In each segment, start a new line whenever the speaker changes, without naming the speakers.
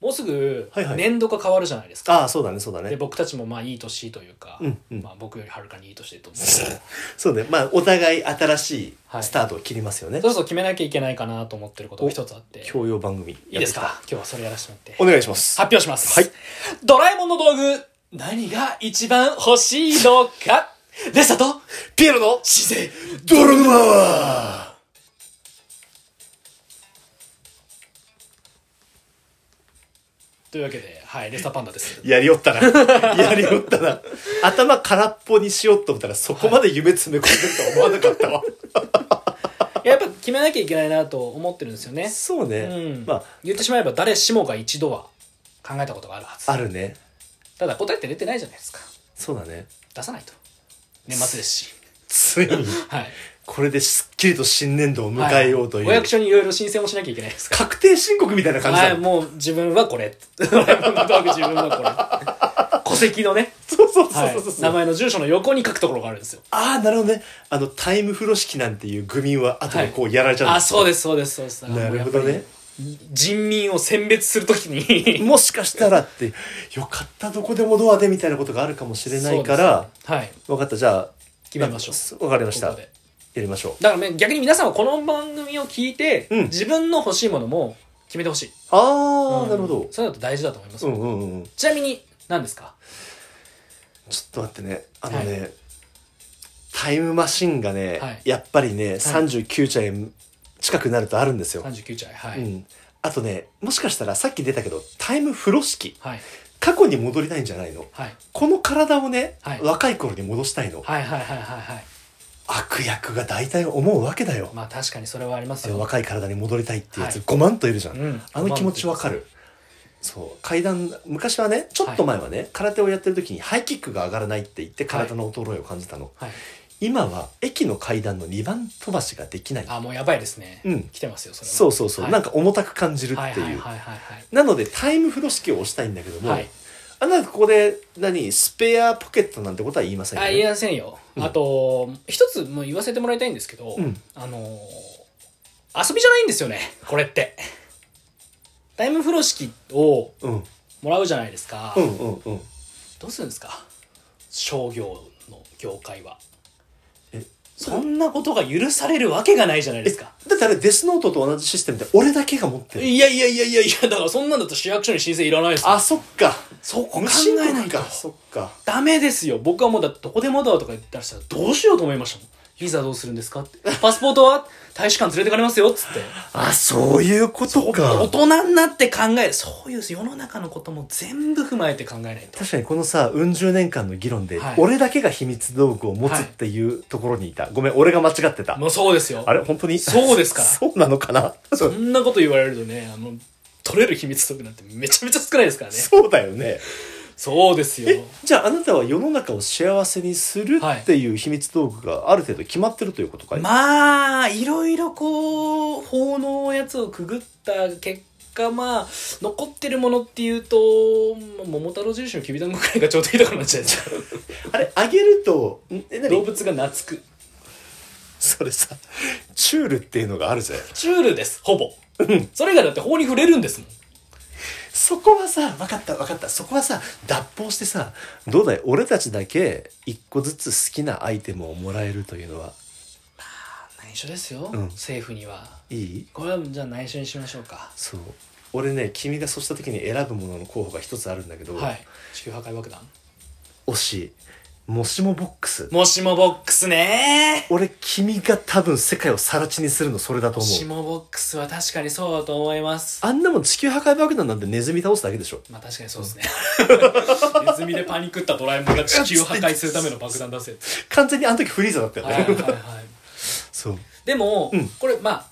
もうすぐ
はいはい
年度が変わるじゃないですか、
ああそうだねそうだ
で
ね
僕たちもまあいい年というか、
うんうん
まあ、僕よりはるかにいい年でと思うんですけど
そうねまあお互い新しい
はい
スタートを切りますよね、
そろそろ決めなきゃいけないかなと思ってることが一つあって
教養番組い
いいですか今日はそれやらせてもらって
お願いします
発表します、
はい
ドラえもんの道具何が一番欲しいのかレッサと
ピエロの
自然
泥沼
というわけで、はい、レッサパンダです
やり おったなやりおったな頭空っぽにしようと思ったらそこまで夢詰め込んでるとは思わなかっ たわ
いややっぱ決めなきゃいけないなと思ってるんですよね、
そうね、
うん
ま
言ってしまえば誰しもが一度は考えたことがあるはず
ああるね
ただ答えって出てないじゃないですか
そうだね
出さないと年末ですし
ついに
はい
これですっきりと新年度を迎えようという、
はお役所にいろいろ申請もしなきゃいけないですか
確定申告みたいな
ら
感じ
は
だ
い
ね、
もう自分は これ自分はこれ戸籍のね、
そうそうそ
は
う
い
そうそう、、
名前の住所の横に書くところがあるんですよ
ああなるほどねあのタイム風呂式なんていう愚民は後でこうやられちゃうん
あそう
で
ですそうですそうです
なるほどね
人民を選別するときに
もしかしたらってよかったどこでもドアでみたいなことがあるかもしれないか
そう
ら、
ですねはい
分かったじゃあ
決めましょう
う分かりました
こ
や
こで
りましょう
だからね逆に皆さんはこの番組を聞いて、
うん
自分の欲しいものも決めてほしい
ああ、
うん
なるほど
そういうのって大事だと思います
う
よ、
んうんうん
ちなみに何ですか
ちょっと待ってねあのね、タイムマシンがね、
はい
やっぱりね、39歳近くなるとあるんですよ、
39歳はい、
うんあとねもしかしたらさっき出たけどタイム風呂式
はい
過去に戻りたいんじゃないの
はい
この体をね、
はい
若い頃に戻したいの、
はいはいはいはいはい
悪役が大体思うわけだよ、
まあ確かにそれはあります
あの
よ
若い体に戻りたいっていうやつ、
はい
5万といるじゃん、
うん
あの気持ちわかるそう階段昔はねちょっと前はね、空手をやってる時にハイキックが上がらないって言って体の衰えを感じたの、
はい
今は駅の階段の2番飛ばしができない
あもうやばいですね、
うん
来てますよそれは
そうそうそう、
はい
なんか重たく感じるっていう、
はいはいはいはいはい
なのでタイム風呂式を押したいんだけども、
はい
あなたここで何スペアポケットなんてことは言いませんよ
あ
ね
言いませんよ、
うん
あと一つもう言わせてもらいたいんですけど、
うん
あのー遊びじゃないんですよねこれってタイム風呂式を
うん
もらうじゃないですか、
うんうんうん
どうするんですか商業の業界は
え
そんなことが許されるわけがないじゃないですか
だってあれデスノートと同じシステムで俺だけが持ってる
いやいやいやいやいやだからそんなんだと市役所に申請いらないですよ
あそっか
そこ考
無申
えないと
告かそっか
ダメですよ僕はもうだってどこでもドアとか言ったらしたらどうしようと思いましたもんいざどうするんですかってパスポートは大使館連れてかれますよっつって
あそういうこと
大人になって考えるそういう世の中のことも全部踏まえて考えないと
確かにこのさうん十年間の議論で、
はい
俺だけが秘密道具を持つっていうところにいた、ごめん俺が間違ってた
もうそうですよ
あれ本当に
そうですから
そうなのかなそ
そ
うん
なこと言われるとねあの取れる秘密道具なんてめちゃめちゃ少ないですからね
そうだよね
そうですよ
えじゃああなたは世の中を幸せにするっていう秘密道具がある程度決まってるということかい、
まあいろいろこう法のやつをくぐった結果まあ残ってるものっていうとまあ桃太郎印のきびだんごくらいがちょうどいいところになっちゃうじゃん
あれあげるとんえ
動
何
物が懐く
それさチュールっていうのがあるじゃん
チュールですほぼそれがだって法に触れるんですもん
そこはさ分かった分かったそこはさ脱法してさどうだい俺たちだけ一個ずつ好きなアイテムをもらえるというのは
内緒ですよ、
うん
政府にはい
い
これはじゃあ内緒にしましょうか
そう俺ね君がそうした時に選ぶものの候補が一つあるんだけど、
はい地球破壊爆弾
惜しいもしもボックス
もしもボックスね
俺君が多分世界を更地にするのそれだと
も
思
し
う
もボックスは確かにそうだと思います
あんなもん地球破壊爆弾なんてネズミ倒すだけでしょ
まあ確かにそうですね ネズミでパニックったドラえもんが地球を破壊するための爆弾出せって
完全にあの時フリーザだったよ
は
ね、
いはいはいはい
そう
でも、
うん
これまあ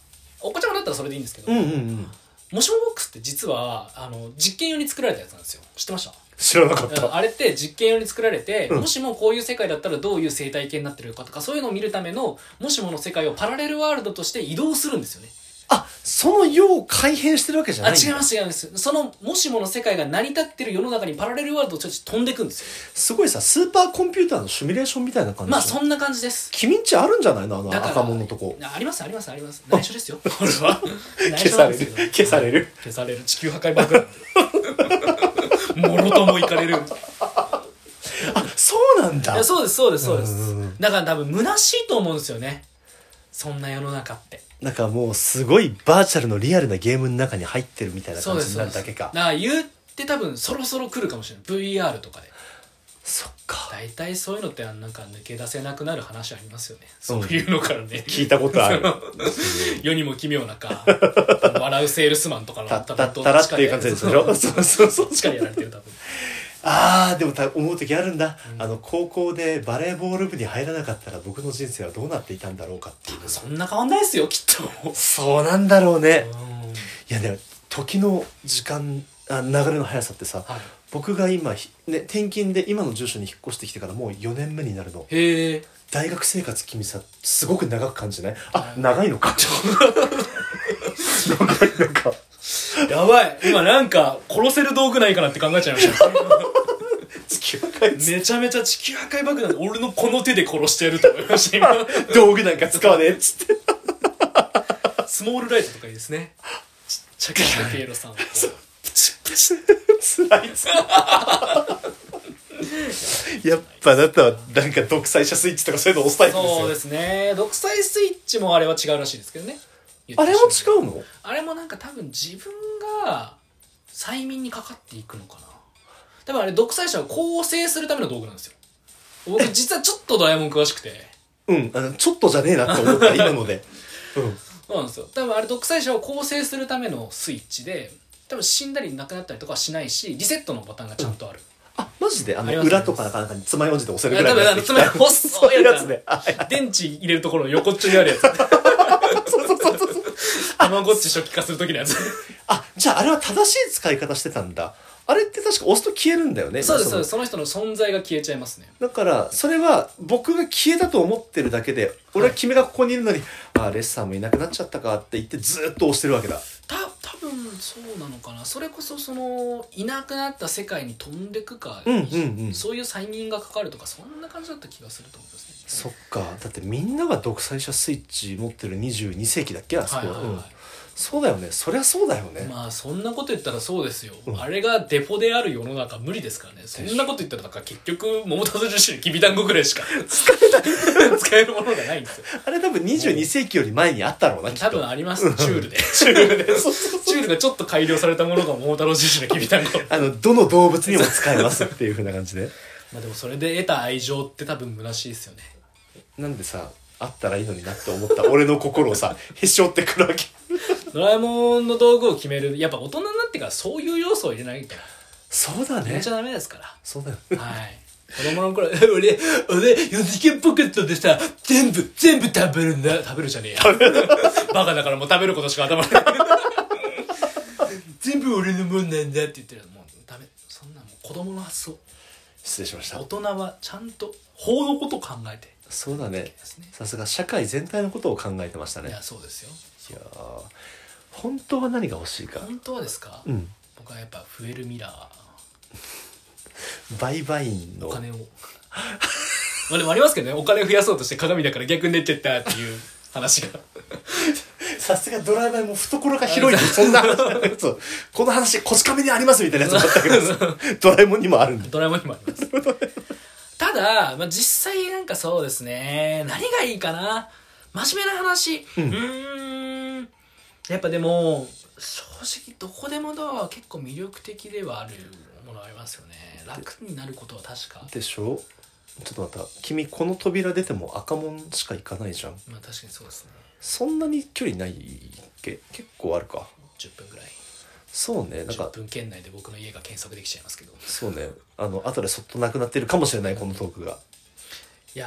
お子ちゃまだったらそれでいいんですけど、
うんうんうん
もしもボックスって実はあの実験用に作られたやつなんですよ知ってました
知らなかった、
うんあれって実験用に作られて、
うん
もしもこういう世界だったらどういう生態系になってるかとかそういうのを見るためのもしもの世界をパラレルワールドとして移動するんですよね
あその世を改変してるわけじゃ
あ
ないんだ
違います違いますそのもしもの世界が成り立ってる世の中にパラレルワールドをちょっと飛んでいくんですよ
すごいさスーパーコンピューターのシミュレーションみたいな感じ
まあそんな感じです
君んちあるんじゃないのあの
だから
赤物のとこ
あありますありますあります内緒ですよこれ は内
消
緒な
さ
ん
れ
です
る
けど
消される
消される地球破壊爆 弾もろともいかれる
あそうなん
い
だ
やそうですそうですそうで
う
す
ん
だから多分虚しいと思うんですよねそんな世の中って
なんかもうすごいバーチャルのリアルなゲームの中に入ってるみたいな
そう
感
で
じ
す
に
そう
な
で
る
す
だけか
から言って多分そろそろ来るかもしれない VR とかで
そっか
大体そういうのってなんか抜け出せなくなる話ありますよねそういうのからね
聞いたことある
世にも奇妙な か笑うセールスマンとかの
た
多
た
分
たらっていう感じでしょそうそうそう
どっちかでやられてる多分
ああでもた思う時あるんだ、あの高校でバレーボール部に入らなかったら僕の人生はどうなっていたんだろうかっていう
そんな変わんないですよきっと
そうなんだろうね
うん
いやね時の時間あ流れの速さってさ
はい
僕が今ひ、ね、転勤で今の住所に引っ越してきてからもう4年目になるの
へえ
大学生活君さすごく長く感じないあ長いのか長いのか
やばい今なんか殺せる道具ないかなって考えちゃいま した
月破壊です
めちゃめちゃ地球破壊爆弾俺のこの手で殺してやると思いました今
道具なんか使わねえっつって
スモールライトとかいいですねちっちゃくピエロさんプチプチ
つらいっつってやっぱあなたはなんか独裁者スイッチとかそういうの押すタイプですよ
そうですね独裁スイッチもあれは違うらしいですけどね
あれも違うの
あれもなんか多分自分が催眠にかかっていくのかな多分あれ独裁者を構成するための道具なんですよ僕実はちょっとドラえもん詳しくて
うんあのちょっとじゃねえなって思った今ので、うん、
そうなんですよ多分あれ独裁者を構成するためのスイッチで多分死んだり亡くなったりとかはしないしリセットのボタンがちゃんとある、
あマジであ
ありま
の
す
裏とかなんかに爪楊枝で押せる
多
ぐら
分あの
いのやつ
つまり細いやつ
そういうやつねあ
電池入れるところの横っちょにあ るやつ
そうそうそうそう
たまごっち初期化する時のやつ
あじゃああれは正しい使い方してたんだあれって確か押すと消えるんだよね
そうですそう
の
ですその人の存在が消えちゃいますね
だからそれは僕が消えたと思ってるだけで俺は君がここにいるのに、あレッサーもいなくなっちゃったかって言ってずーっと押してるわけだ
た多分そうなのかなそれこそそのいなくなった世界に飛んでくか、
うんうんうん
そういう催眠がかかるとかそんな感じだった気がすると思いますね
そっかだってみんなが独裁者スイッチ持ってる22世紀だっけあそ
は
こ
い
は、
はいはい、
うんそうだよねそりゃそうだよね、
まあそんなこと言ったらそうですよ、
ん
あれがデフォである世の中無理ですからねそんなこと言ったらだから結局桃太郎女子のきびだんごぐらいしか使えない使えるものがないんですよ
あれ多分22世紀より前にあったろうなきっと
多分ありますチュールでチ
中でそうそうそう
ュールがちょっと改良されたものが桃太郎女子のきびだんご
あのどの動物にも使えますっていうふうな感じで
まあでもそれで得た愛情って多分虚しいですよね
なんでさあったらいいのになって思った俺の心をさへし折ってくるわけ
ドラえもんの道具を決めるやっぱ大人になってからそういう要素を入れないと
そうだ
入れ
ね
ちゃダメですから
そうだよ
はい。子供の頃、 俺、俺、四次元ポケットでさ、全部、全部食べるんだ。食べるじゃねえや。バカだからもう食べることしか頭ない。 全部俺のもんなんだって言ってるもうダメ。そんなもう子供の発想。
失礼しました
大人はちゃんと法のことを考えて。
そうだね
ですね
さすが社会全体のことを考えてましたね
い
いや
や、そうですよ。
ー本当は何が欲しいか
本当はですか、
うん
僕はやっぱ増えるミラー、
売買員の
お金を。 まあでもありますけどね、お金増やそうとして鏡だから逆に出てったっていう話が。
さすがドライバーも懐が広いんでそん な話そうこの話こち亀にありますみたいなやつもあったけどさドラえもんにもあるんだ
ドラえもんにもあります。ただ、まあ、実際なんかそうですね。何がいいかな真面目な話。うんーん。やっぱでも、正直どこでもドアは結構魅力的ではあるものありますよね。楽になることは確か。
でしょちょっと待った君この扉出ても赤門しか行かないじゃん
まあ確かにそうですね。
そんなに距離ないっけ結構あるか
10分ぐらい。
そうねなん
10
か
分圏内で僕の家が検索できちゃいますけど。
そうねあの後でそっとなくなってるかもしれないこのトークが
いや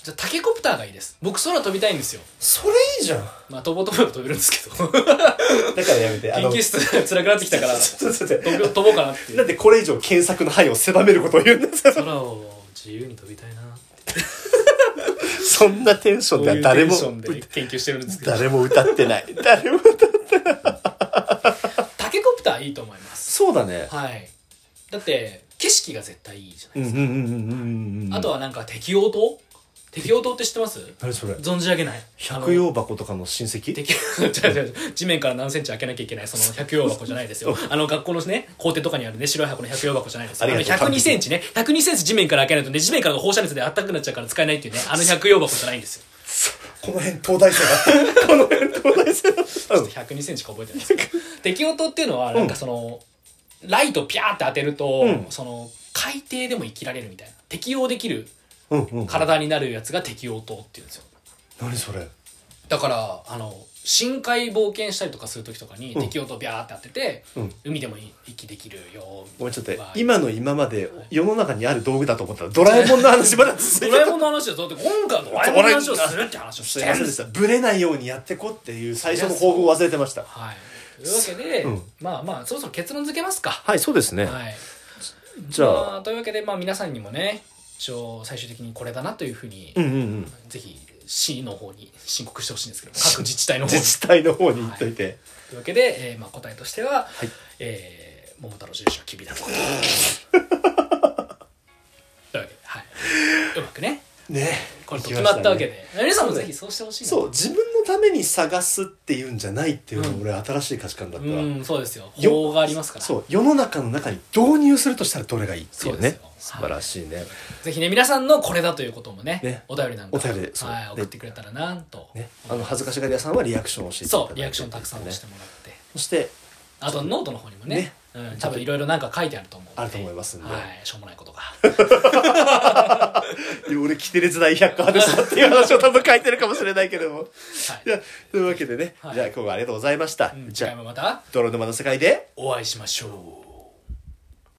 ー、じゃあタケコプターがいいです。僕空飛びたいんですよ。
それいいじゃん
まあ飛ぼう飛ぼう飛べるんですけど。
だからやめてあ
研
の
究室 辛くなってきたから、飛
ちょっと待って
ぼう飛ぼうかなっていう
なんで これ以上検索の範囲を狭めることを言うんですか
空を自由に飛びたいな
そんなテンションでは誰も
そういうテンションで研究してるんですけど
誰も歌ってない誰も歌っ
がいいと思います
そうだね。
はいだって景色が絶対いいじゃない
うんうんうんうんうんうん。
あとはなんか適応灯適応灯って知ってます
何それ
存じ上げない
百葉箱とかの親戚
適応 違う違う違う地面から何センチ開けなきゃいけないその百葉箱じゃないですよあの学校のね校庭とかにあるね白い箱の百葉箱じゃないですよ
あ
あの
りがとう
102センチね102センチ地面から開けないとね地面からの放射熱であったかくなっちゃうから使えないっていうねあの百葉箱じゃないんですよ
この辺東大生だこの辺東大生だったうん
102センチか覚えてないですけど適応灯っていうのはなんかその、ライトピャーって当てると、
ん
その海底でも生きられるみたいな適応できる
うんうん
体になるやつが適応灯っていうんですよ
何それ
だからあの深海冒険したりとかする時とかに
ん
適応灯ビャーって当てて、
うん
海でも息できるよ
ごめんちょっと待って
今
今の今まで世の中にある道具だと思ったらドラえもんの話まだ続い
ド
て
ラえ
た
もんの話だとだって今回はドラえもんの話をするって話をし
す
て
い
る
ま
ん
せん
で
ですしたブレないようにやってこっていう最初の方法を忘れてました
はいというわけで、
うん
まあまあそろそろ結論付けますか
はいそうですね
はい
じゃあ
まというわけで、まあ、皆さんにもね一応最終的にこれだなというふうに、
うんうんうん
ぜひ市の方に申告してほしいんですけど各自治体の方に
自治体の方に行っといて
というわけで、えーまあ、答えとしては、
い
えー桃太郎印はきび だと。というわけで、はい、うまくね
ね
これと
行き
決
し
ま
ね
ったわけで、皆さんもぜひそうしてほしいな
そう自分のために探すっていうんじゃないっていうのが俺新しい価値観だったわ
うんそうですよ
よ
法がありますから
そう世の中の中に導入するとしたらどれがいいってい
そう
う
で
ね
すよ
素晴らしいね
ぜひね皆さんのこれだということもね
ね
お便りなんか
お便りそう
はい、
ね
送ってくれたらなと、
ねあの恥ずかしがり屋さんはリアクションをしてい
そうリアクションたくさん
ね
押してもらって
そして
あとノートの方にもね
ね
うん、多分いろいろなんか書いてあると思うんで
あると思いますんで
はい、しょうもない ことが
いや俺キテレツ大百科派ですっていう話を多分書いてるかもしれないけども
はい、
じゃあというわけでね、
はい
じゃあ今日はありがとうございました、
うん、
じ
次回
ゃあ
もまた
泥沼の世界で
お会いしましょう